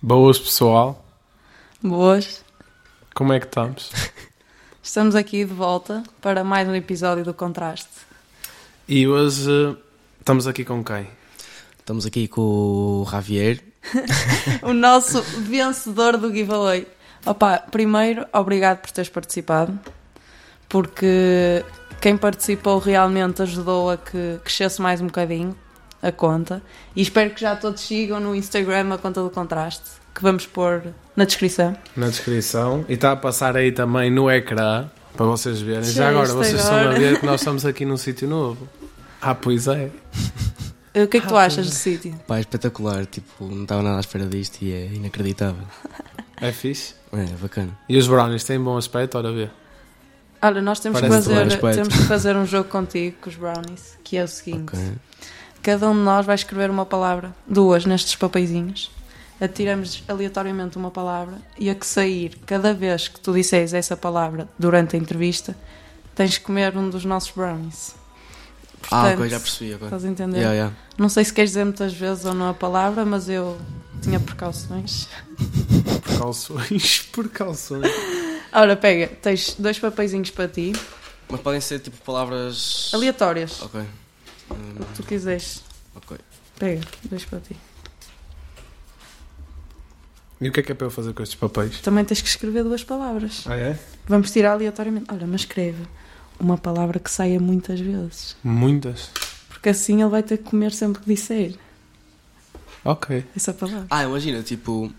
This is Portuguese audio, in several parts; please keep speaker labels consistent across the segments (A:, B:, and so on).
A: Boas, pessoal.
B: Boas,
A: Como é que estamos?
B: estamos aqui de volta para mais um episódio do Contraste.
A: E hoje eh, estamos aqui com quem?
C: Estamos aqui com o Javier.
B: O nosso vencedor do giveaway. Opa, primeiro, obrigado por teres participado, porque quem participou realmente ajudou a que crescesse mais um bocadinho a conta. E espero que já todos sigam no Instagram a conta do Contraste, que vamos pôr na descrição.
A: Na descrição. E está a passar aí também no ecrã, para vocês verem.
B: Sim,
A: Já agora,
B: isto
A: vocês estão a
B: agora.
A: ver que nós estamos aqui num sítio novo. Ah, pois é.
B: Eh, O que é que tu
A: Ah,
B: achas do sítio?
C: Pá, é espetacular, tipo, não estava nada à espera disto e é inacreditável.
A: É fixe.
C: É, bacana.
A: E os brownies têm bom aspecto, ora vê.
B: Olha, nós temos que,
C: Parece-te um bem,
B: fazer,
C: respeito.
B: temos que fazer um jogo contigo, com os brownies, que é o seguinte.
C: Ok.
B: Cada um de nós vai escrever uma palavra, duas nestes papeizinhos. Atiramos aleatoriamente uma palavra e a que sair, cada vez que tu disseres essa palavra durante a entrevista, tens que comer um dos nossos brownies.
C: ah,
B: Portanto,
C: ok, já percebi agora.
B: Estás a entender?
C: Yeah, yeah.
B: Não sei se queres dizer muitas vezes ou não a palavra, mas eu tinha precauções.
A: Por calções, por calções.
B: Ora, pega, tens dois papeizinhos para ti,
C: Mas podem ser tipo palavras.
B: aleatórias,
C: Ok. Hum,
B: tu quiseres.
C: ok.
B: Pega, dois para ti.
A: E o que é que é para eu fazer com estes papéis?
B: Também tens que escrever duas palavras.
A: Ah, é?
B: Vamos tirar aleatoriamente. Olha, mas escreve uma palavra que saia muitas vezes.
A: Muitas.
B: Porque assim ele vai ter que comer sempre que disser
A: Ok.
B: essa palavra.
C: Ah, imagina, tipo,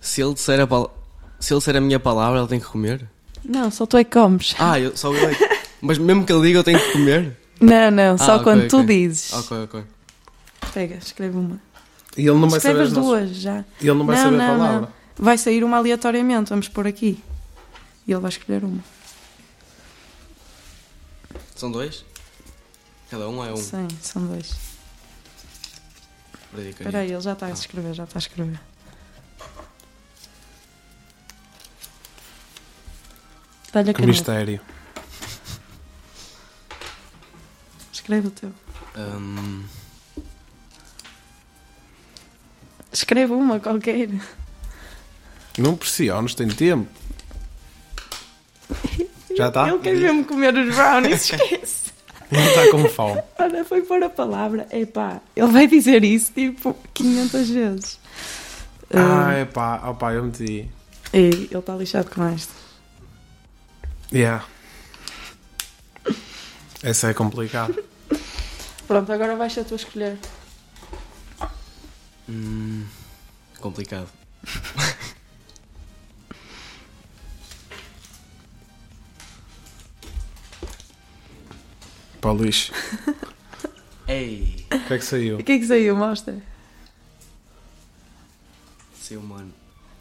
C: se ele disser a pal- Se ele disser a minha palavra, ele tem que comer?
B: Não, só tu é que comes.
C: Ah, eu, só eu é que... Mas mesmo que ele diga, eu tenho que comer?
B: Não, não, só
C: Ah, ok,
B: quando tu
C: ok.
B: dizes.
C: Ok, ok.
B: Pega, escreve uma.
A: E ele não vai
B: Escreve
A: saber
B: as
A: as nossas-
B: duas já.
A: E ele não vai
B: Não,
A: saber a
B: não,
A: palavra.
B: Vai sair uma aleatoriamente, vamos pôr aqui. E ele vai escolher uma.
C: São dois? Cada um é um.
B: Sim, são dois.
C: Espera aí, carinho.
B: Espera aí, ele já está a escrever, já está a escrever. Dá-lhe a
A: Que
B: caneta.
A: mistério. é?
B: Escreve o teu.
C: Hum,
B: Escreve uma qualquer.
A: Não pressiones, tem tempo. Já tá? está?
B: Ele quer mesmo comer os brownies, esquece.
A: Não
C: tá
A: está com fome.
B: Olha, foi pôr a palavra. Epá, ele vai dizer isso tipo 500 vezes.
A: Ah,
B: Ah,
A: é pá, oh, pá, eu meti.
B: e ele está lixado com esta.
A: Yeah. Essa é complicada.
B: Pronto, agora vais ser tu a escolher.
C: hum, complicado.
A: Para o lixo.
C: Ei!
A: O que é que saiu?
B: O que é que saiu? Mostra.
C: Seu mano.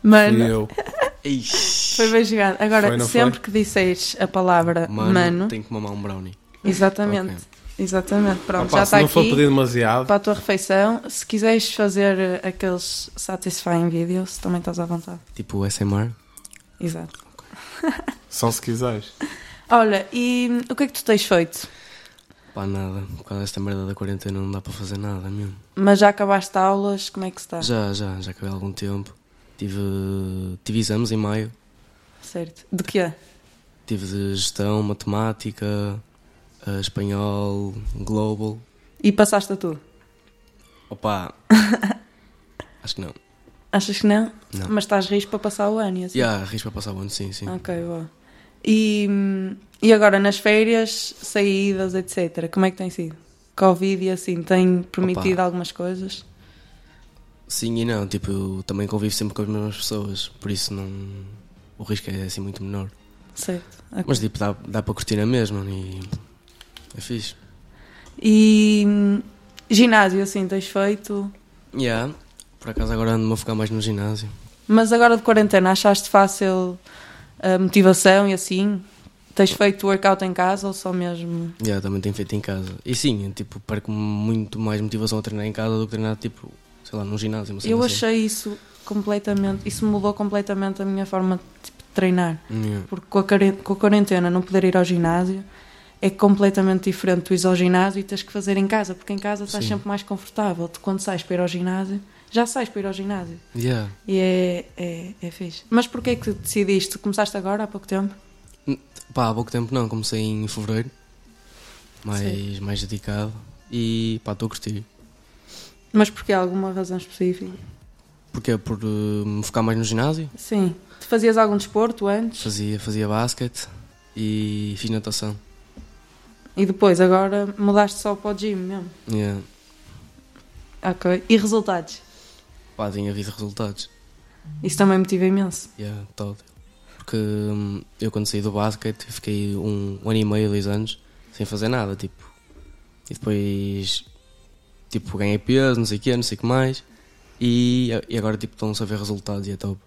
A: Fui
B: Mano,
A: eu.
C: Ixi.
B: foi bem jogado. Agora,
A: Foi, não
B: sempre que disseres a palavra mano,
C: Mano, tem que mamar um brownie.
B: exatamente. Exatamente, pronto,
A: Oh, pá,
B: já
A: se
B: está
A: não for
B: aqui
A: pedir demasiado.
B: para a tua refeição. Se quiseres fazer eh, aqueles satisfying videos, também estás à vontade.
C: Tipo SMR.
B: Exato.
A: Só se quiseres.
B: Olha, e o que é que tu tens feito?
C: Pá, nada. Por causa desta merda da quarentena não dá para fazer nada mesmo.
B: Mas já acabaste aulas, como é que está?
C: Já, já, já acabei há algum tempo. Tive, tive exames em maio.
B: Certo. De quê?
C: Tive de gestão, matemática, eh, espanhol, global.
B: E passaste a tudo?
C: Opa! Acho que não.
B: Achas que não?
C: Não.
B: Mas estás risco para passar o ano e assim?
C: Já, arrisco para passar o ano, sim, sim.
B: Ok, boa. E, hum, e agora nas férias, saídas, etc. Como é que tem sido? Covid e assim, tem permitido
C: Opa.
B: algumas coisas?
C: Sim e não, tipo, eu também convivo sempre com as mesmas pessoas, por isso não. O risco é assim muito menor.
B: Certo. ok.
C: Mas tipo, dá, dá para curtir na mesma e. É fixe.
B: E hum, ginásio, assim, tens feito?
C: Yeah. Por acaso agora ando-me a focar mais no ginásio.
B: Mas agora de quarentena, achaste fácil a motivação e assim? Tens feito workout em casa ou só mesmo?
C: Yeah, também tenho feito em casa. E sim, eu, tipo, perco muito mais motivação a treinar em casa do que treinar, tipo, sei lá, num ginásio. uma cena
B: Eu
C: assim.
B: achei isso completamente, isso mudou completamente a minha forma tipo, de treinar.
C: Yeah.
B: Porque com a, quaren- com a quarentena não poder ir ao ginásio é completamente diferente. Tu ires ao ginásio e tens que fazer em casa, porque em casa estás
C: Sim.
B: sempre mais confortável. Tu, quando sais para ir ao ginásio, já sais para ir ao ginásio.
C: Yeah.
B: E é, é, é fixe. Mas porquê é que decidiste? Começaste agora, há pouco tempo?
C: Pá, há pouco tempo não, comecei em fevereiro. Mais, mais dedicado. E pá, estou a curtir.
B: Mas porque há alguma razão específica?
C: Porque é por eh, me focar mais no ginásio.
B: Sim. Tu fazias algum desporto antes
C: Fazia, fazia basquete e fiz natação.
B: e depois agora mudaste só para o gym mesmo.
C: Yeah.
B: Ok. E resultados?
C: Pá, tinha havido resultados.
B: Isso também motiva imenso.
C: Yeah, tal. Porque hum, eu quando saí do basquete fiquei um, um ano e meio, dois anos, sem fazer nada, tipo. E depois, tipo, ganhei peso, não sei o quê, não sei o que mais. E, e agora, tipo, estão-se a ver resultados e é top.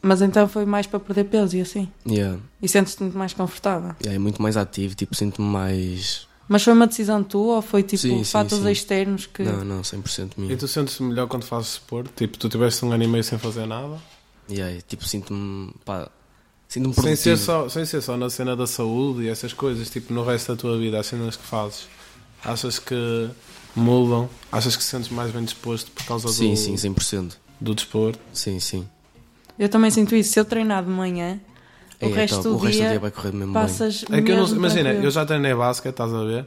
B: Mas então foi mais para perder peso e assim.
C: Yeah.
B: E sentes-te muito mais confortável.
C: Yeah, é muito mais ativo, tipo, sinto-me mais...
B: Mas foi uma decisão tua ou foi tipo
C: Sim, sim,
B: fatores
C: sim.
B: externos que.
C: Não, não, 100%
A: E
C: minha.
A: tu sentes melhor quando fazes desporto? Tipo, tu tiveste um ano e meio sem fazer nada?
C: Yeah, e, tipo, sinto-me, pá, sinto-me
A: Sem ser,
C: produtivo.
A: só, sem ser só na cena da saúde e essas coisas, tipo, no resto da tua vida, as cenas que fazes, achas que mudam? Achas que sentes mais bem disposto por causa
C: Sim,
A: do,
C: sim, 100%.
A: do desporto?
C: Sim, sim.
B: Eu também sinto isso. Se eu treinar de manhã, o,
C: É, é
B: resto,
C: top.
B: do
C: o resto do
B: dia
C: dia vai correr mesmo bem.
B: passas.
A: É que eu não,
B: mesmo
A: imagina,
B: tranquilo.
A: eu já treinei basquete, estás a ver?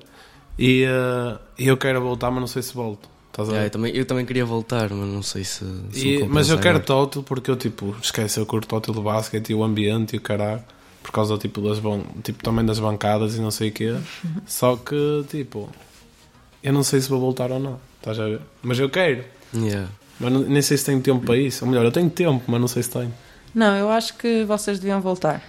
A: E eh, e eu quero voltar, mas não sei se volto. Estás a
C: Yeah, eu,
A: ver?
C: também, eu também queria voltar, mas não sei se, se me
A: E-
C: compensa
A: mas eu quero
C: agora.
A: tótil porque eu tipo, esquece, eu curto tótil do basquete e o ambiente e o caralho, por causa tipo, das ban- tipo, também das bancadas e não sei o quê.
B: Uhum.
A: Só que tipo, eu não sei se vou voltar ou não, estás a ver? Mas eu quero,
C: Yeah.
A: mas não- nem sei se tenho tempo para isso. Ou melhor, eu tenho tempo, mas não sei se tenho.
B: Não, eu acho que vocês deviam voltar.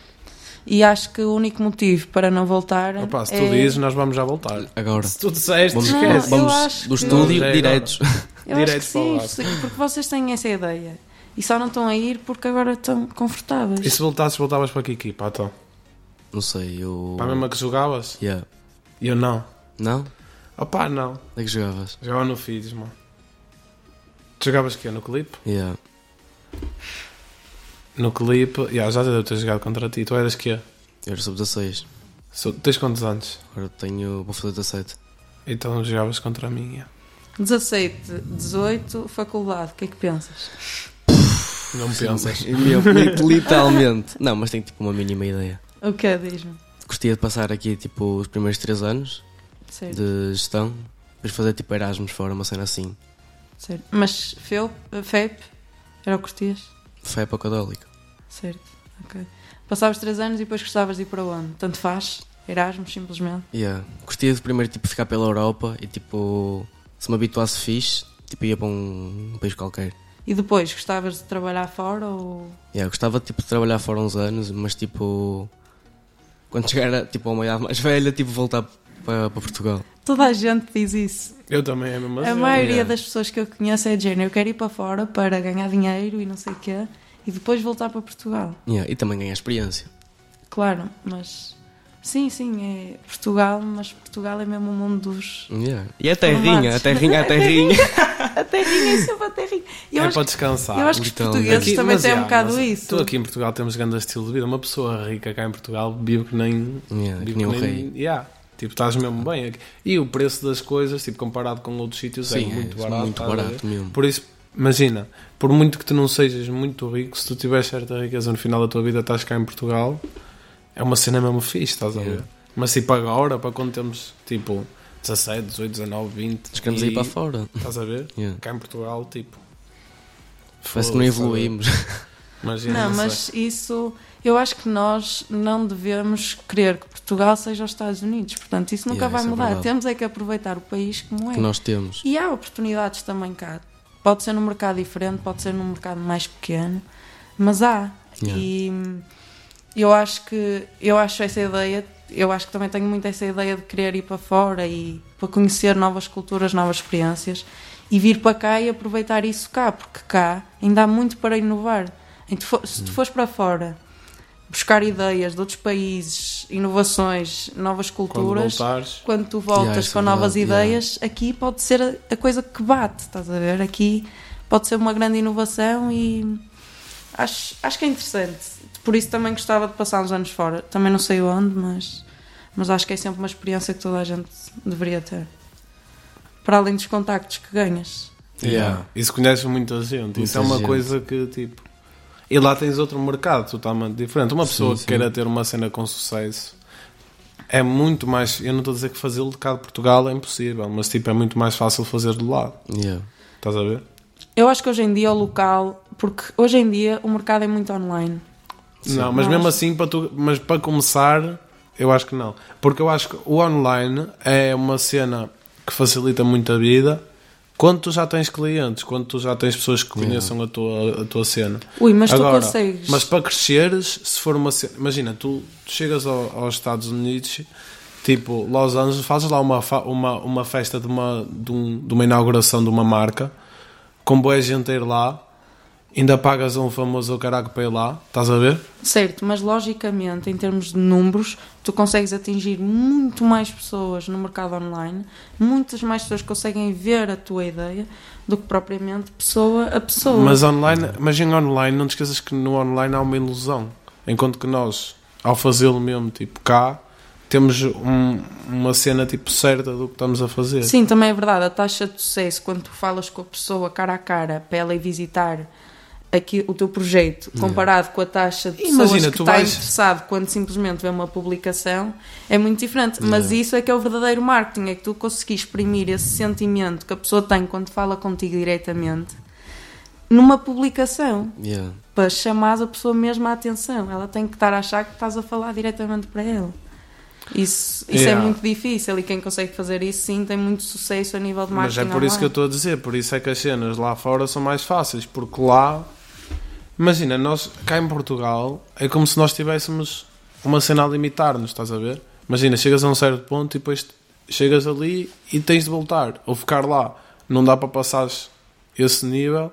B: E acho que o único motivo para não voltar.
A: Opa, se tu
B: é...
A: dizes, nós vamos já voltar.
C: Agora.
A: Se tu disseste,
C: Vamos,
B: Não,
A: esquece.
B: eu
C: vamos
B: acho
C: do
B: que-
C: estúdio
A: Já é
C: diretos.
B: Eu
A: Direto
B: acho que
A: para o
B: sim,
A: lado.
B: sim, porque vocês têm essa ideia. E só não estão a ir porque agora estão confortáveis.
A: E se voltasses, voltavas para que equipa? Então,
C: Não sei, eu.
A: para a mesma que jogavas?
C: Yeah.
A: E eu não.
C: Não?
A: Opá, não.
C: Onde é que jogavas?
A: Jogava no Fides, mano. Tu Jogavas quê? No clipe?
C: Yeah.
A: No clipe. Yeah, já devo ter jogado contra ti. Tu eras quê?
C: Eu era sub-16.
A: Sou- Tens quantos anos?
C: Agora tenho. Vou fazer 17.
A: Então jogavas contra mim. yeah.
B: 17, 18, faculdade, o que é que pensas?
A: Não pensas.
C: Mesmo, li- literalmente. Não, mas tenho tipo uma mínima ideia.
B: O que é, diz-me?
C: Gostaria de passar aqui tipo os primeiros 3 anos
B: Certo,
C: de gestão. Depois fazer tipo Erasmus fora, uma cena assim.
B: certo. Mas FEU, FEP, era o que curtias?
C: Fé para católica.
B: Certo, ok. Passavas 3 anos e depois gostavas de ir para onde? Tanto faz, Erasmus, simplesmente.
C: Yeah. Gostaria de primeiro tipo ficar pela Europa e tipo. Se me habituasse fixe, tipo ia para um, um país qualquer.
B: E depois, gostavas de trabalhar fora ou...
C: Yeah, eu gostava tipo, de trabalhar fora uns anos, mas tipo. Quando chegar a, tipo, a uma idade mais velha, tipo, voltar para, para Portugal.
B: Toda a gente diz isso.
A: Eu também é mesmo
B: a
A: assim.
B: maioria
C: yeah.
B: das pessoas que eu conheço é de género. Eu quero ir para fora para ganhar dinheiro e não sei o quê. E depois voltar para Portugal.
C: Yeah, e também ganhar experiência.
B: Claro, mas... Sim, sim, é Portugal, mas Portugal é mesmo o mundo dos...
C: Yeah. E a
B: terrinha,
C: terrinha,
B: a
C: a terrinha, a terrinha.
B: A terrinha é sempre a terrinha. E Eu
A: É
B: acho
A: para descansar.
B: Eu acho que os
C: Então,
B: portugueses
A: Aqui-
B: também
A: mas,
B: têm um
A: yeah,
B: bocado
A: mas
B: isso.
A: Tu aqui em Portugal temos um grande estilo de vida. Uma pessoa rica cá em Portugal vive É, que nem.
C: Yeah,
A: vive
C: que nem o rei.
A: Yeah. Tipo, estás mesmo bem aqui. E o preço das coisas, tipo, comparado com outros sítios,
C: Sim,
A: é muito
C: é
A: barato.
C: muito
A: estás a ver?
C: barato mesmo.
A: Por isso, imagina, por muito que tu não sejas muito rico, se tu tiveres certa riqueza no final da tua vida, estás cá em Portugal, é uma cena mesmo fixe, estás a ver?
C: Yeah.
A: Mas tipo agora, para quando temos tipo 17, 18, 19, 20,
C: Nós queremos
A: e-
C: ir para fora.
A: estás a ver?
C: Yeah.
A: Cá em Portugal, tipo.
C: Parece que não
A: foda-se,
C: evoluímos.
A: Imagina,
B: Não,
A: sei.
B: mas isso. Eu acho que nós não devemos querer que Portugal seja os Estados Unidos. Portanto, isso nunca
C: Yeah,
B: vai
C: isso é
B: mudar.
C: verdade.
B: Temos é que aproveitar o país como é.
C: que nós temos.
B: E há oportunidades também cá. Pode ser num mercado diferente, pode ser num mercado mais pequeno, mas há.
C: Yeah.
B: E hum, eu acho que eu acho essa ideia, eu acho que também tenho muito essa ideia de querer ir para fora e para conhecer novas culturas, novas experiências e vir para cá e aproveitar isso cá, porque cá ainda há muito para inovar. E tu fo- Se tu fores para fora buscar ideias de outros países, inovações, novas
A: quando
B: culturas,
A: voltares,
B: quando tu voltas
C: Yeah, isso
B: com
C: é
B: novas
C: verdade,
B: ideias, aqui pode ser a, a coisa que bate, estás a ver? Aqui pode ser uma grande inovação e acho, acho que é interessante. Por isso também gostava de passar uns anos fora. Também não sei onde, mas, mas acho que é sempre uma experiência que toda a gente deveria ter. Para além dos contactos que ganhas.
A: Tipo,
C: Yeah.
A: Isso conhece muita gente. isso
C: Muita
A: é uma
C: gente.
A: coisa que, tipo. E lá tens outro mercado totalmente diferente. Uma pessoa
C: Sim,
A: que
C: sim.
A: queira ter uma cena com sucesso é muito mais. Eu não estou a dizer que fazê-lo de cá de Portugal é impossível, mas tipo, é muito mais fácil fazer de lá.
C: Yeah.
A: Estás a ver?
B: Eu acho que hoje em dia o local, porque hoje em dia o mercado é muito online.
A: Não, mas
B: Não
A: mesmo
B: acho.
A: assim, para tu, mas para começar, eu acho que não. Porque eu acho que o online é uma cena que facilita muito a vida quando tu já tens clientes, quando tu já tens pessoas que conheçam a, tua, a tua cena.
B: Ui, mas
A: Agora,
B: tu consegues.
A: Mas para cresceres, se for uma cena. Imagina, tu, tu chegas ao- aos Estados Unidos, tipo Los Angeles, fazes lá uma, fa- uma, uma festa de uma, de, um- de uma inauguração de uma marca, com boa gente a ir lá, ainda pagas a um famoso caraca para ir lá, estás a ver?
B: Certo, mas logicamente, em termos de números, tu consegues atingir muito mais pessoas no mercado online, muitas mais pessoas conseguem ver a tua ideia do que propriamente pessoa a pessoa.
A: Mas online, mas em online, não te esqueças que no online há uma ilusão. Enquanto que nós, ao fazê-lo mesmo, tipo cá, temos um- uma cena tipo certa do que estamos a fazer.
B: Sim, também é verdade. A taxa de sucesso, quando tu falas com a pessoa cara a cara para ela ir visitar aqui, o teu projeto, comparado com a taxa de pessoas
A: Imagina,
B: que
A: tu
B: está
A: vais-
B: interessado quando simplesmente vê uma publicação, é muito diferente. Mas
C: Yeah.
B: isso é que é o verdadeiro marketing, é que tu conseguis exprimir esse sentimento que a pessoa tem quando fala contigo diretamente numa publicação
C: Yeah.
B: para chamar a pessoa mesmo a atenção. Ela tem que estar a achar que estás a falar diretamente para ela. Isso, isso
A: Yeah.
B: é muito difícil e quem consegue fazer isso sim tem muito sucesso a nível de
A: Mas
B: marketing.
A: é por isso que eu estou a dizer, por isso é que as cenas lá fora são mais fáceis, porque lá imagina, nós cá em Portugal é como se nós tivéssemos uma cena a limitar-nos, estás a ver? Imagina, chegas a um certo ponto e depois chegas ali e tens de voltar ou ficar lá. Não dá para passar esse nível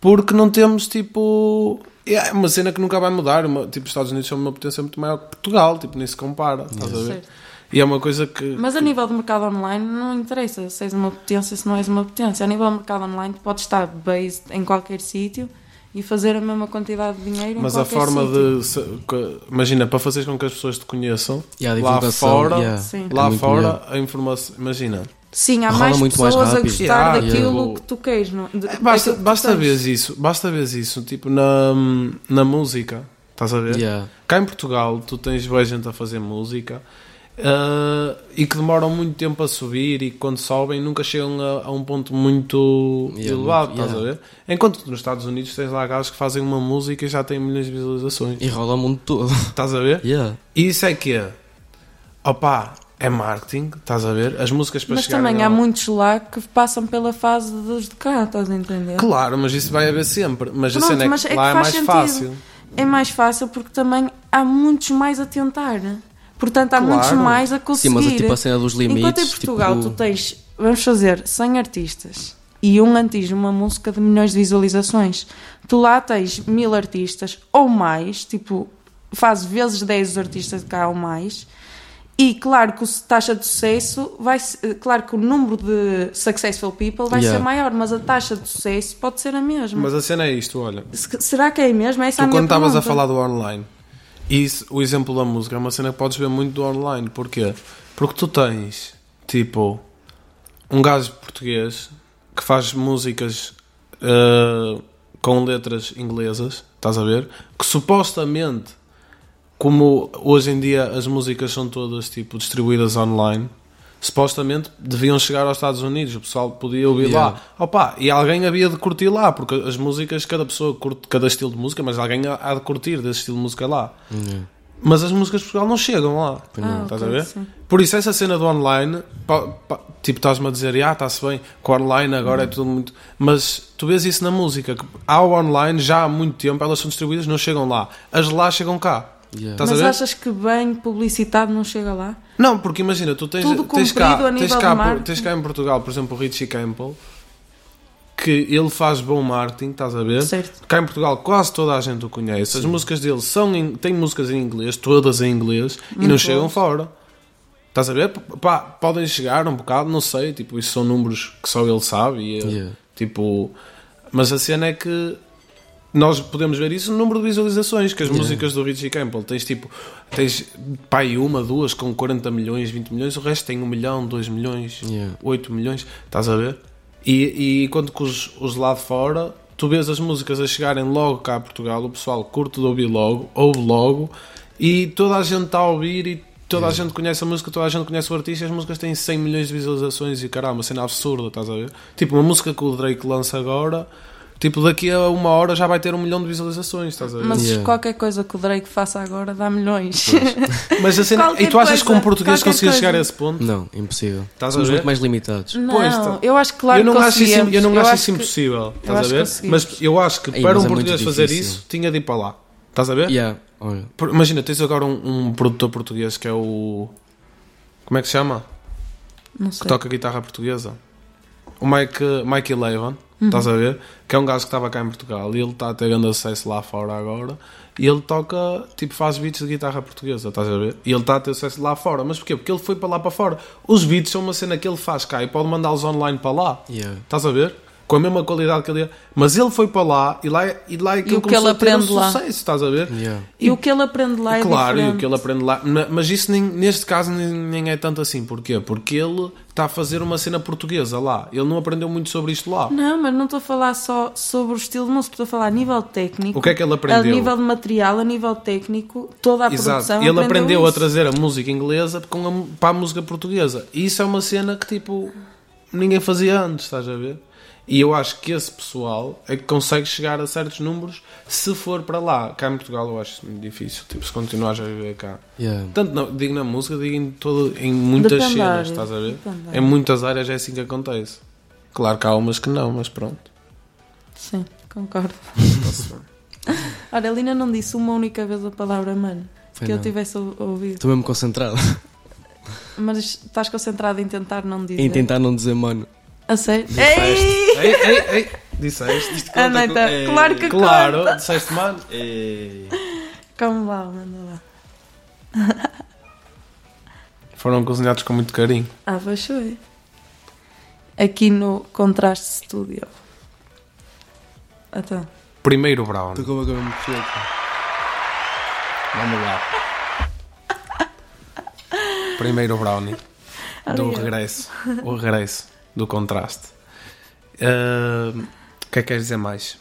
A: porque não temos tipo. É uma cena que nunca vai mudar. Uma, tipo, os Estados Unidos são uma potência muito maior que Portugal, tipo, nem se compara, estás a ver?
B: Certo.
A: E é uma coisa que.
B: Mas a nível do mercado online não interessa se és uma potência, se não és uma potência. A nível do mercado online tu podes estar based em qualquer sítio e fazer a mesma quantidade de dinheiro
A: Mas
B: em
A: a
B: qualquer
A: forma
B: sítio.
A: de. se- co- Imagina, para fazeres com que as pessoas te conheçam,
C: Yeah, a
A: lá
C: divulgação,
A: fora,
C: yeah,
B: Sim.
C: é
A: lá
C: muito
A: fora,
C: melhor.
A: a informação. Imagina.
B: Sim, há
C: Rola
B: mais
C: muito mais
B: pessoas a
C: rápido.
B: gostar
A: Yeah,
B: daquilo
A: yeah.
B: que tu queres. não- é? de-
A: É Basta,
B: daquilo que tu
A: basta
B: tens.
A: ver isso, basta ver isso, tipo na, na música, estás a ver?
C: Yeah.
A: Cá em Portugal, tu tens boa gente a fazer música ah, e que demoram muito tempo a subir e quando sobem nunca chegam a, a um ponto muito
C: Yeah,
A: elevado,
C: muito-
A: estás a ver? Enquanto que nos Estados Unidos tens lá gajos que fazem uma música e já têm milhões de visualizações,
C: E rola o mundo todo.
A: estás a ver?
C: Yeah.
A: E isso é que é. Opa, é marketing, estás a ver? As músicas para
B: Mas
A: chegarem
B: também
A: ao-
B: há muitos lá que passam pela fase dos de cá, estás a entender?
A: Claro, mas isso vai haver sempre. Mas a
B: Pronto,
A: cena é
B: mas
A: que
B: é que
A: lá é
B: faz
A: mais
B: sentido.
A: fácil.
B: É mais fácil porque também há muitos mais a tentar. Portanto, há
A: Claro.
B: muitos mais a
C: Sim,
B: conseguir.
C: mas tipo a cena dos limites.
B: Enquanto em Portugal
C: tipo,
B: tu tens, vamos fazer, 100 artistas e um antigo, uma música de milhões de visualizações, tu lá tens mil artistas ou mais, tipo, faz vezes 10 os artistas de cá ou mais. E claro que a taxa de sucesso vai se- claro que o número de successful people vai
C: Yeah.
B: ser maior, mas a taxa de sucesso pode ser a mesma.
A: Mas a cena é isto, olha.
B: Se- Será que é mesmo? Essa é a
A: Tu
B: minha
A: quando estavas a falar
B: pergunta.
A: do online, e isso, o exemplo da música é uma cena que podes ver muito do online. Porquê? Porque tu tens, tipo, um gajo português que faz músicas eh, com letras inglesas, estás a ver? Que supostamente, como hoje em dia as músicas são todas, tipo, distribuídas online, supostamente deviam chegar aos Estados Unidos, o pessoal podia ouvir
C: Yeah.
A: lá. Opa, e alguém havia de curtir lá, porque as músicas, cada pessoa curte cada estilo de música, mas alguém há de curtir desse estilo de música lá.
C: Yeah.
A: Mas as músicas de Portugal não chegam lá.
B: não.
A: Estás
B: Ah, ok,
A: a ver?
B: sim.
A: Por isso, essa cena do online, pa- pa- tipo, estás-me a dizer, ah, está-se bem, com o online agora é tudo muito. Mas tu vês isso na música, que há o online já há muito tempo, elas são distribuídas, não chegam lá. As de lá chegam cá.
C: Yeah.
A: Estás a
B: Mas
A: ver?
B: achas que bem publicitado não chega lá?
A: Não, porque imagina, tu tens,
B: Tudo
A: tens,
B: cumprido
A: cá,
B: a nível
A: tens, cá,
B: de
A: por-
B: marketing.
A: tens cá em Portugal, por exemplo, o Richie Campbell, que ele faz bom marketing, estás a ver?
B: Certo.
A: Cá em Portugal quase toda a gente o conhece. As músicas dele são em- têm músicas em inglês, todas em inglês, e
B: Uhum.
A: não chegam fora. Estás a ver? P- pá, podem chegar um bocado, não sei, tipo, isso são números que só ele sabe. E, eh,
C: Yeah.
A: Tipo, mas a cena é que nós podemos ver isso no número de visualizações que as músicas do Richie Campbell tens tipo, tens pai uma, duas com 40 um milhões, 20 milhões, o resto tem 1 milhão, 2 milhões,
C: Yeah.
A: 8 milhões, estás a ver? E, e enquanto que os, os lá de fora, tu vês as músicas a chegarem logo cá a Portugal, o pessoal curte de ouvir logo, ouve logo, e toda a gente está a ouvir e toda a gente conhece a música, toda a gente conhece o artista, e as músicas têm 100 milhões de visualizações e caramba, cena absurda, estás a ver? Tipo, uma música que o Drake lança agora, tipo, daqui a uma hora já vai ter um milhão de visualizações, estás a ver?
B: Mas
C: Yeah.
B: qualquer coisa que o Drake faça agora dá milhões.
A: Mas a cena-
B: Qualquer
A: e tu achas
B: coisa,
A: que um português
B: qualquer
A: conseguia
B: coisa.
A: chegar a esse ponto?
C: Não, impossível.
A: Estás a
C: Somos
A: ver?
C: muito mais limitados.
B: não,
A: Pois, tá.
B: eu acho que claro
A: eu não
B: que
A: acho isso, eu não
B: conseguíamos.
A: acho
B: acho
A: isso
B: que-
A: impossível, estás a
B: acho que
A: ver?
B: conseguimos.
A: Mas eu acho que
C: Ei,
A: para
C: mas
A: um
C: é muito
A: português fazer
C: difícil.
A: isso tinha de ir para lá, estás a ver?
C: Yeah, olha.
A: Por- Imagina, tens agora um, um produtor português que é o. Como é que se chama?
B: Não
A: Que
B: sei.
A: toca guitarra portuguesa. O Mike, Mike
B: Uhum.
A: Eleven, estás a ver? Que é um gajo que estava cá em Portugal e ele está a ter grande acesso lá fora agora. E ele toca, tipo, faz beats de guitarra portuguesa, estás a ver? E ele está a ter acesso lá fora. Mas porquê? Porque ele foi para lá para fora. Os beats são uma cena que ele faz cá e pode mandá-los online para lá.
C: Yeah.
A: Estás a ver? Com a mesma qualidade que ele ia. Mas ele foi para lá e lá, e lá é que
B: E
A: ele
B: o que
A: começou
B: ele
A: a ter um
B: aprende lá.
A: sucesso, estás a ver?
C: Yeah.
B: E o que ele aprende lá é
A: Claro, e o
B: diferente.
A: que ele aprende lá. Na- Mas isso nem- neste caso nem, nem é tanto assim. Porquê? Porque ele está a fazer uma cena portuguesa lá. Ele não aprendeu muito sobre isto lá.
B: Não, mas não estou a falar só sobre o estilo de música, estou a falar a nível técnico.
A: O que é que ele
B: A
A: aprendeu?
B: nível de material, a nível técnico, toda a
A: Exato.
B: produção.
A: Ele aprendeu a
B: isso.
A: trazer a música inglesa com a- para a música portuguesa. E isso é uma cena que tipo ninguém fazia antes, estás a ver? E eu acho que esse pessoal é que consegue chegar a certos números se for para lá. Cá em Portugal eu acho isso muito difícil. Tipo, se continuares a viver cá.
C: Yeah.
A: Tanto na, digo na música, digo em, todo, em muitas
B: Depende da
A: cenas,
B: área,
A: estás a ver?
B: depende da
A: Em
B: área.
A: muitas áreas é assim que acontece. Claro que há umas que não, mas pronto.
B: Sim, concordo. Ora, a Lina não disse uma única vez a palavra mano,
C: Foi
B: que eu
C: não.
B: tivesse ou- ouvido.
C: Estou mesmo concentrado
B: Mas estás concentrado em tentar não dizer.
C: em tentar não dizer mano.
B: A sério?
A: Disseste.
B: Ei!
A: ei, ei, ei, disseste.
B: Ah, não, então,
D: Ei.
B: Claro que
A: Claro,
B: conta.
A: disseste, mano.
D: Ei.
B: Calma lá, manda lá.
A: Foram cozinhados com muito carinho.
B: Ah, pois foi. Aqui no Contraste Studio. Então,
A: Primeiro Brown.
C: Estou com a boca mesmo fechada.
A: Vamos lá. Primeiro brownie do
B: Obrigada.
A: regresso. O regresso do contraste. Ahm, O que é que queres dizer mais?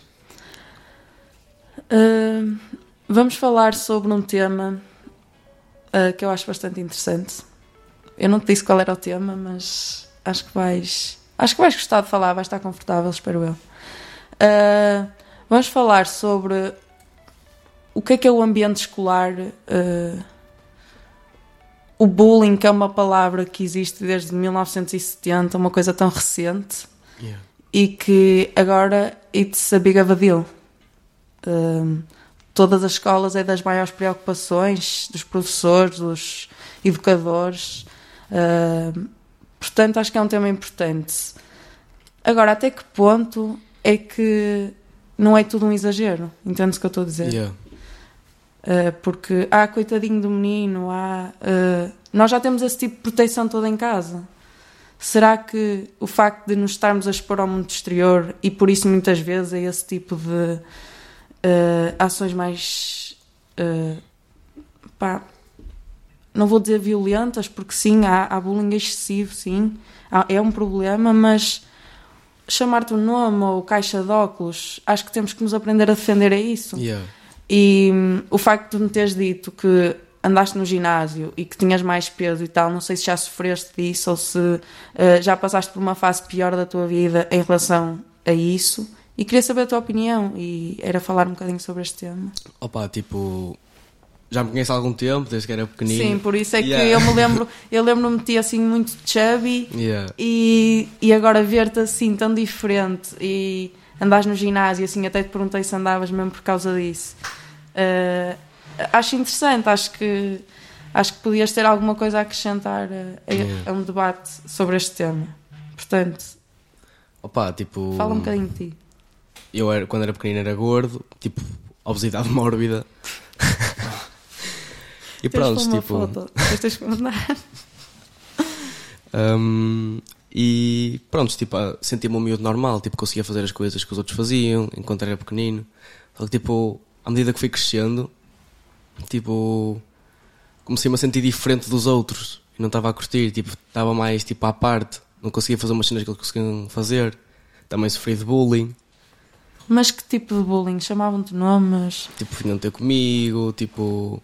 B: hum, vamos falar sobre um tema ah, que eu acho bastante interessante. Eu não te disse qual era o tema, mas acho que vais. Acho que vais gostar de falar, vais estar confortável, espero eu. Ah, vamos falar sobre o que é que é o ambiente escolar. ah, o bullying, que é uma palavra que existe desde 1970, uma coisa tão recente.
C: Yeah.
B: e que agora it's a big of a deal. Um, todas as escolas é das maiores preocupações dos professores, dos educadores. Um, portanto, acho que é um tema importante. Agora, até que ponto é que não é tudo um exagero? Entendes o que eu estou a dizer?
C: Yeah.
B: Uh, porque, ah, coitadinho do menino, ah, uh, nós já temos esse tipo de proteção toda em casa. Será que o facto de nos estarmos a expor ao mundo exterior e por isso muitas vezes a esse tipo de uh, ações mais. uh, pá, não vou dizer violentas, porque sim, há, há bullying excessivo, sim, há- é um problema, mas chamar-te o nome ou caixa de óculos, acho que temos que nos aprender a defender a isso.
C: Yeah.
B: E hum, o facto de me teres dito que andaste no ginásio e que tinhas mais peso e tal, não sei se já sofreste disso ou se eh, já passaste por uma fase pior da tua vida em relação a isso. E queria saber a tua opinião e era falar um bocadinho sobre este tema.
C: Opa, tipo. Já me conheço há algum tempo, desde que era pequenino.
B: Sim, por isso é que
C: Yeah.
B: eu me lembro, eu lembro-me de ti assim muito chubby
C: Yeah.
B: e, e agora ver-te assim tão diferente e andares no ginásio, assim, até te perguntei se andavas mesmo por causa disso. Eh, acho interessante, acho que acho que podias ter alguma coisa a acrescentar eh, a,
C: Yeah.
B: a um debate sobre este tema. Portanto,
C: Opa, tipo.
B: fala um bocadinho de ti.
C: Eu era, quando era pequenino era gordo, tipo, obesidade mórbida. e
B: Tens
C: pronto,
B: de pôr uma
C: tipo.
B: foto, depois tens de mandar.
C: Um, e pronto, tipo, ah, sentia-me um miúdo normal, tipo, conseguia fazer as coisas que os outros faziam enquanto era pequenino. Só que, tipo, à medida que fui crescendo, tipo, comecei-me a sentir diferente dos outros. E não estava a curtir, tipo, estava mais, tipo, à parte. Não conseguia fazer umas cenas que eles conseguiam fazer. Também sofri de bullying.
B: Mas que tipo de bullying? Chamavam-te nomes?
C: Tipo, vinham ter comigo, tipo.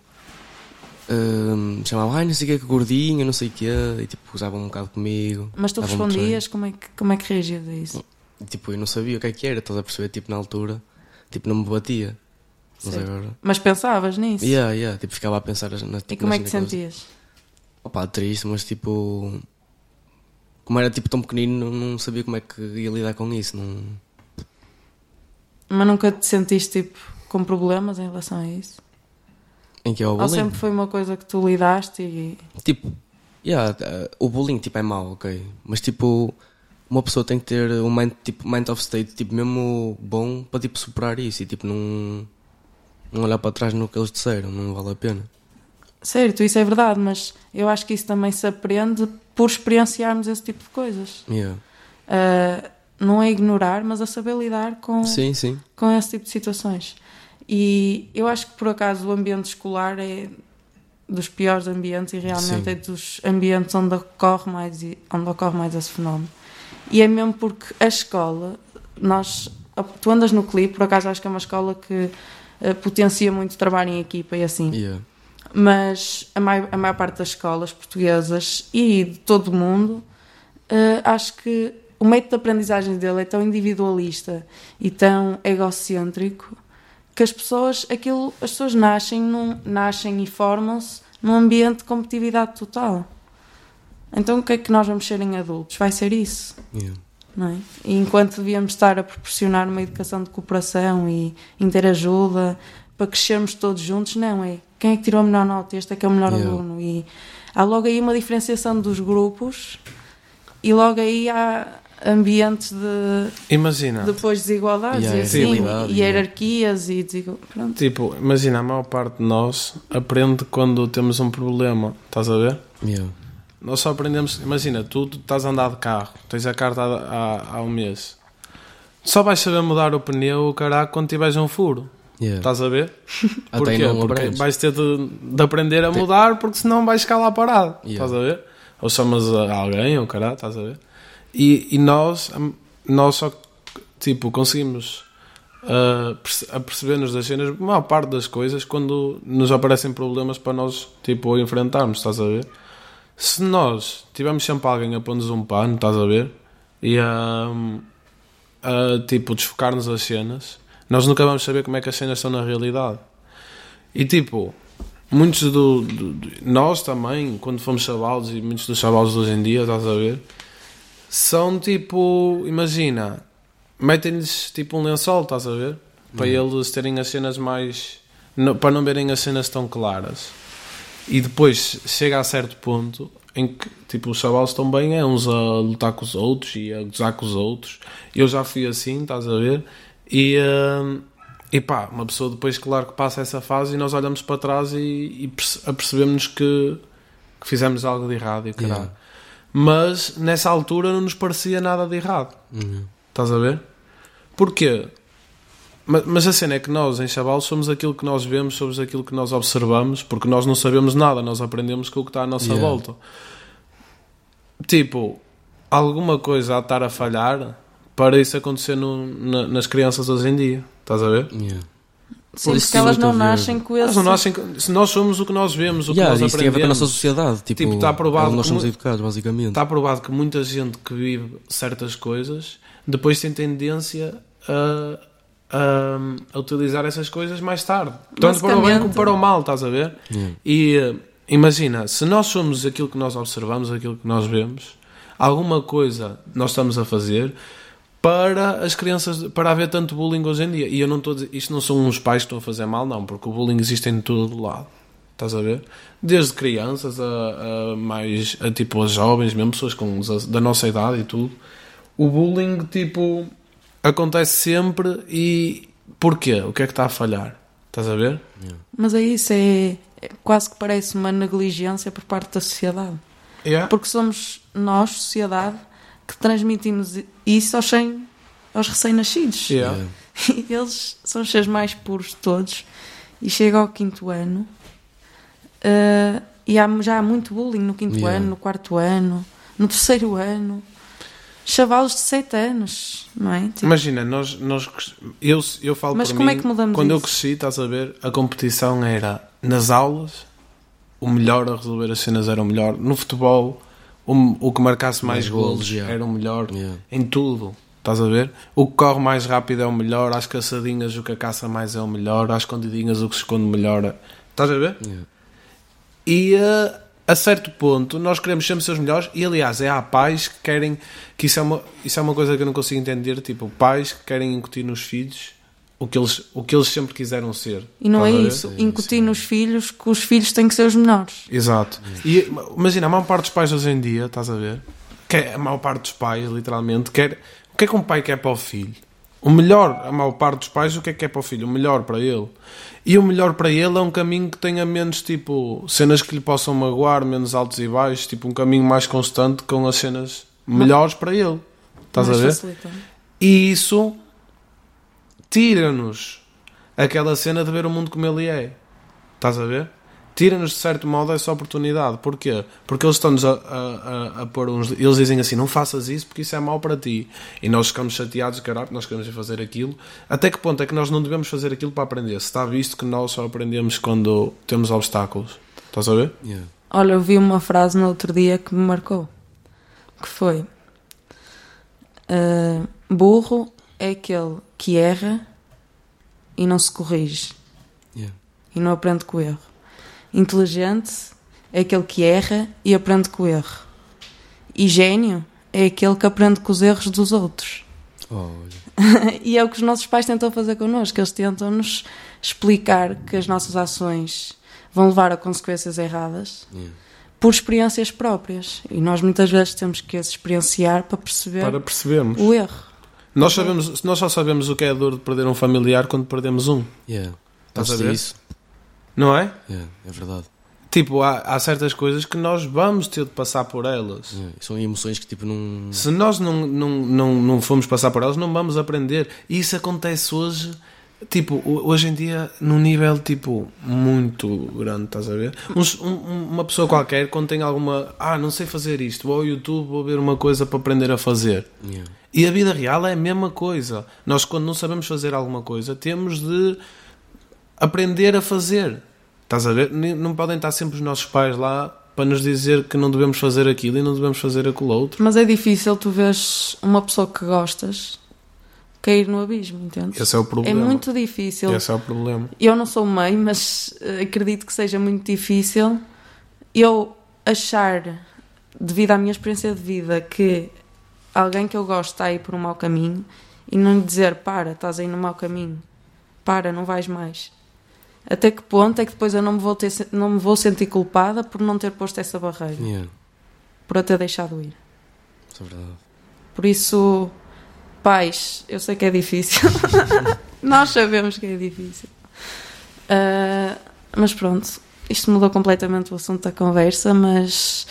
C: hum, chamavam, ai, não sei o que, que gordinho, não sei o que, e tipo, usavam um bocado comigo.
B: Mas tu
C: davam-me treino.
B: respondias? Como é que, como é que reagias a isso?
C: E, Tipo, eu não sabia o que é que era, estás a perceber? Tipo, na altura, tipo, não me batia. Mas
B: Certo.
C: agora.
B: Mas pensavas nisso?
C: Yeah, yeah, tipo, ficava a pensar nas
B: E
C: tipo,
B: como é
C: nas
B: que te
C: coisas.
B: sentias?
C: Opa, triste, mas tipo. Como era tipo tão pequenino, não, não sabia como é que ia lidar com isso. Não...
B: Mas nunca te sentiste tipo com problemas em relação a isso?
C: Em que é o
B: Ou
C: bullying?
B: sempre foi uma coisa que tu lidaste e.
C: Tipo, yeah, eh, o bullying tipo, é mau, ok? Mas tipo, uma pessoa tem que ter um mind, tipo, mind of state tipo, mesmo bom para tipo, superar isso e tipo, não, não olhar para trás no que eles disseram, não vale a pena.
B: Certo, isso é verdade, mas eu acho que isso também se aprende por experienciarmos esse tipo de coisas.
C: Yeah.
B: Ah, não é ignorar, mas a saber lidar com,
C: Sim, sim.
B: com esse tipo de situações. E eu acho que por acaso o ambiente escolar é dos piores ambientes e realmente
C: Sim.
B: é dos ambientes onde ocorre mais e- onde ocorre mais esse fenómeno. E é mesmo porque a escola, nós tu andas no clipe, por acaso acho que é uma escola que eh, potencia muito o trabalho em equipa e assim
C: Yeah.
B: mas a mai- a maior, parte das escolas portuguesas e de todo o mundo, eh, acho que o método de aprendizagem dele é tão individualista e tão egocêntrico que as pessoas, aquilo, as pessoas nascem, num, nascem e formam-se num ambiente de competitividade total. Então o que é que nós vamos ser em adultos? Vai ser isso
C: Yeah.
B: não é? E enquanto devíamos estar a proporcionar uma educação de cooperação e interajuda para crescermos todos juntos, não é? Quem é que tirou a melhor nota? Este é que é o melhor
C: Yeah.
B: aluno. E há logo aí uma diferenciação dos grupos e logo aí há ambientes de
A: Imagina.
B: depois desigualdades
C: Yeah,
B: e assim,
C: desigualdade,
B: e
C: yeah.
B: hierarquias e desigual... pronto.
A: Tipo, imagina, a maior parte de nós aprende quando temos um problema, estás a ver?
C: Yeah.
A: Nós só aprendemos, imagina, tu estás a andar de carro, tens a carta há, há um mês. Só vais saber mudar o pneu, caraca, quando tiveres um furo.
C: Yeah.
A: Estás a ver?
C: Até
A: Porquê?
C: não
A: Porque
C: aprendes.
A: vais ter de, de aprender a mudar, porque senão vais ficar lá parado.
C: Yeah.
A: Estás a ver? Ou chamas a alguém, ou caralho, estás a ver? E, e nós, hum, nós só, tipo, conseguimos ah, perce- aperceber-nos das cenas, a maior parte das coisas, quando nos aparecem problemas para nós, tipo, enfrentarmos, estás a ver? Se nós tivermos sempre alguém a pôr-nos um pano, estás a ver? E a, a, tipo, desfocar-nos as cenas, nós nunca vamos saber como é que as cenas estão na realidade. E tipo, muitos do, do- do- Nós também, quando fomos chavalos, e muitos dos chavalos de hoje em dia, estás a ver? São tipo. Imagina, metem-lhes tipo um lençol, estás a ver? Para eles terem as cenas mais. no- para não verem as cenas tão claras. E depois chega a certo ponto em que tipo, os chavalos estão bem, é uns a lutar com os outros e a gozar com os outros. Eu já fui assim, estás a ver? E, hum, e pá, uma pessoa depois, claro que passa essa fase e nós olhamos para trás e, e perce- apercebemos que, que fizemos algo de errado e o caralho.
C: Yeah.
A: Mas nessa altura não nos parecia nada de errado.
C: Uhum.
A: Estás a ver? Porquê? Ma- Mas a cena é que nós, em Chabal, somos aquilo que nós vemos, somos aquilo que nós observamos, porque nós não sabemos nada, nós aprendemos com o que está à nossa
C: Yeah.
A: volta. Tipo, alguma coisa a estar a falhar para isso acontecer no- na- nas crianças hoje em dia. Estás a ver?
C: Yeah.
B: Sim,
C: isso
B: porque elas
C: eu
B: não
C: tô a ver.
B: nascem com
A: Elas
B: esse...
A: não nascem que- se nós somos o que nós vemos, é o que
C: Yeah,
A: nós
C: isso tem a ver com a nossa
A: aprendemos.
C: sociedade. Tipo,
A: Tipo, tá provado
C: como Nós somos
A: que-
C: educados, basicamente.
A: Está provado que muita gente que vive certas coisas depois tem tendência a, a, a utilizar essas coisas mais tarde. Tanto para o bem como
B: Basicamente.
A: para o mal, estás a ver?
C: Yeah.
A: E eh, imagina, se nós somos aquilo que nós observamos, aquilo que nós vemos, alguma coisa nós estamos a fazer para as crianças, para haver tanto bullying hoje em dia. E eu não estou a dizer, isto não são uns pais que estão a fazer mal, não, porque o bullying existe em todo lado. Estás a ver? Desde crianças a, a mais, a tipo, a jovens, mesmo pessoas com, deza- da nossa idade e tudo. O bullying, tipo, acontece sempre e porquê? O que é que está a falhar? Estás a ver?
B: Mas é isso, é... é quase que parece uma negligência por parte da sociedade.
A: Yeah.
B: Porque somos nós, sociedade, que transmitimos isso aos, sem- aos recém-nascidos.
A: Yeah.
C: Yeah.
B: E Eles são os seres mais puros de todos. E chega ao quinto ano. ah, e há- já há muito bullying no quinto
C: Yeah.
B: ano, no quarto ano, no terceiro ano. Chavalos de 7 anos, não é? Tipo,
A: Imagina, nós, nós cres- eu, eu falo
B: Mas
A: por
B: como
A: mim,
B: é que mudamos
A: quando eu
B: isso?
A: cresci, estás a ver, a competição era nas aulas, o melhor a resolver as cenas era o melhor, no futebol, o, o que marcasse mais,
C: Mais
A: golos
C: golos, yeah.
A: era o melhor,
C: Yeah.
A: em tudo, estás a ver? O que corre mais rápido é o melhor, às caçadinhas o que caça mais é o melhor, às escondidinhas o que se esconde melhor, é- estás a ver?
C: Yeah.
A: E eh, a certo ponto nós queremos sempre ser os melhores e aliás é há pais que querem que isso é uma, isso é uma coisa que eu não consigo entender, tipo, pais que querem incutir nos filhos o que eles, o que eles sempre quiseram ser.
B: e não é
A: Estás a ver? é.
B: isso. Incutir nos filhos que os filhos têm que ser os menores.
A: Exato. E ma- imagina, a maior parte dos pais hoje em dia, estás a ver? Quer, a maior parte dos pais, literalmente, quer. O que é que um pai quer para o filho? O melhor, a maior parte dos pais, o que é que quer para o filho? O melhor para ele. E o melhor para ele é um caminho que tenha menos, tipo, cenas que lhe possam magoar, menos altos e baixos, tipo, um caminho mais constante com as cenas melhores para ele. Estás
B: Mais
A: a ver?
B: facilitam.
A: E isso tira-nos aquela cena de ver o mundo como ele é. Estás a ver? Tira-nos de certo modo essa oportunidade. Porquê? Porque eles estão-nos a, a, a, a pôr uns. Eles dizem assim: não faças isso porque isso é mau para ti. E nós ficamos chateados, caralho, nós queremos ir fazer aquilo. Até que ponto é que nós não devemos fazer aquilo para aprender? Se está visto que nós só aprendemos quando temos obstáculos. Estás a ver?
C: Yeah.
B: Olha, eu vi uma frase no outro dia que me marcou. Que foi... ah, burro é aquele que erra e não se corrige.
C: Yeah.
B: e não aprende com o erro. Inteligente é aquele que erra e aprende com o erro. E gênio é aquele que aprende com os erros dos outros.
C: Oh, olha.
B: e é o que os nossos pais tentam fazer connosco. Eles tentam nos explicar que as nossas ações vão levar a consequências erradas
C: Yeah.
B: por experiências próprias. E nós muitas vezes temos que as experienciar para perceber
A: Para percebermos.
B: o erro.
A: Nós, sabemos, nós só sabemos o que é a dor de perder um familiar quando perdemos um.
C: Yeah.
A: Estás
C: Antes
A: a ver?
C: disso,
A: Não é?
C: yeah, é verdade.
A: Tipo, há, há certas coisas que nós vamos ter de passar por elas.
C: Yeah. São emoções que tipo não.
A: Se nós não, não, não, não formos passar por elas, não vamos aprender. E isso acontece hoje, tipo, ho- hoje em dia, num nível, tipo, muito grande, estás a ver? Uns- um- um- uma pessoa qualquer, quando tem alguma... Ah, não sei fazer isto, vou ao YouTube, vou ver uma coisa para aprender a fazer.
C: Yeah.
A: E a vida real é a mesma coisa. Nós, quando não sabemos fazer alguma coisa, temos de aprender a fazer. Estás a ver? Nem- Não podem estar sempre os nossos pais lá para nos dizer que não devemos fazer aquilo e não devemos fazer aquilo outro.
B: Mas é difícil tu vês uma pessoa que gostas cair no abismo, entende?
A: Esse é o
B: É
A: problema.
B: muito difícil.
A: Esse é o problema.
B: Eu não sou mãe, mas eh, acredito que seja muito difícil eu achar, devido à minha experiência de vida, que alguém que eu gosto está aí por um mau caminho e não lhe dizer para, estás aí no mau caminho, para, não vais mais. Até que ponto é que depois eu não me vou, ter, se- não me vou sentir culpada por não ter posto essa barreira,
C: Yeah.
B: por eu ter deixado ir.
C: Isso é verdade.
B: Por isso, pais, eu sei que é difícil. Nós sabemos que é difícil. Ah, mas pronto, isto mudou completamente o assunto da conversa, mas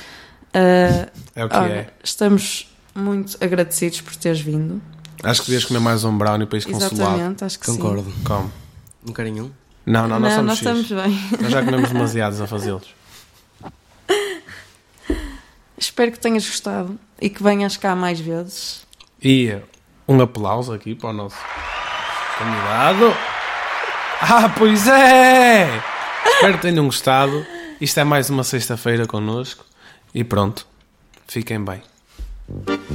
B: ah,
A: É o que
B: olha,
A: é.
B: estamos muito agradecidos por teres vindo.
A: Acho que devias comer mais um brownie para isso consolado.
B: Exatamente, acho que sim.
C: Concordo.
A: Como?
C: Não querem um?
A: Não, não, nós somos
B: estamos
A: X.
B: bem.
A: Nós já comemos demasiados a fazê-los.
B: Espero que tenhas gostado e que venhas cá mais vezes.
A: E um aplauso aqui para o nosso convidado. Ah, pois é! Espero que tenham gostado. Isto é mais uma sexta-feira connosco. E pronto, fiquem bem.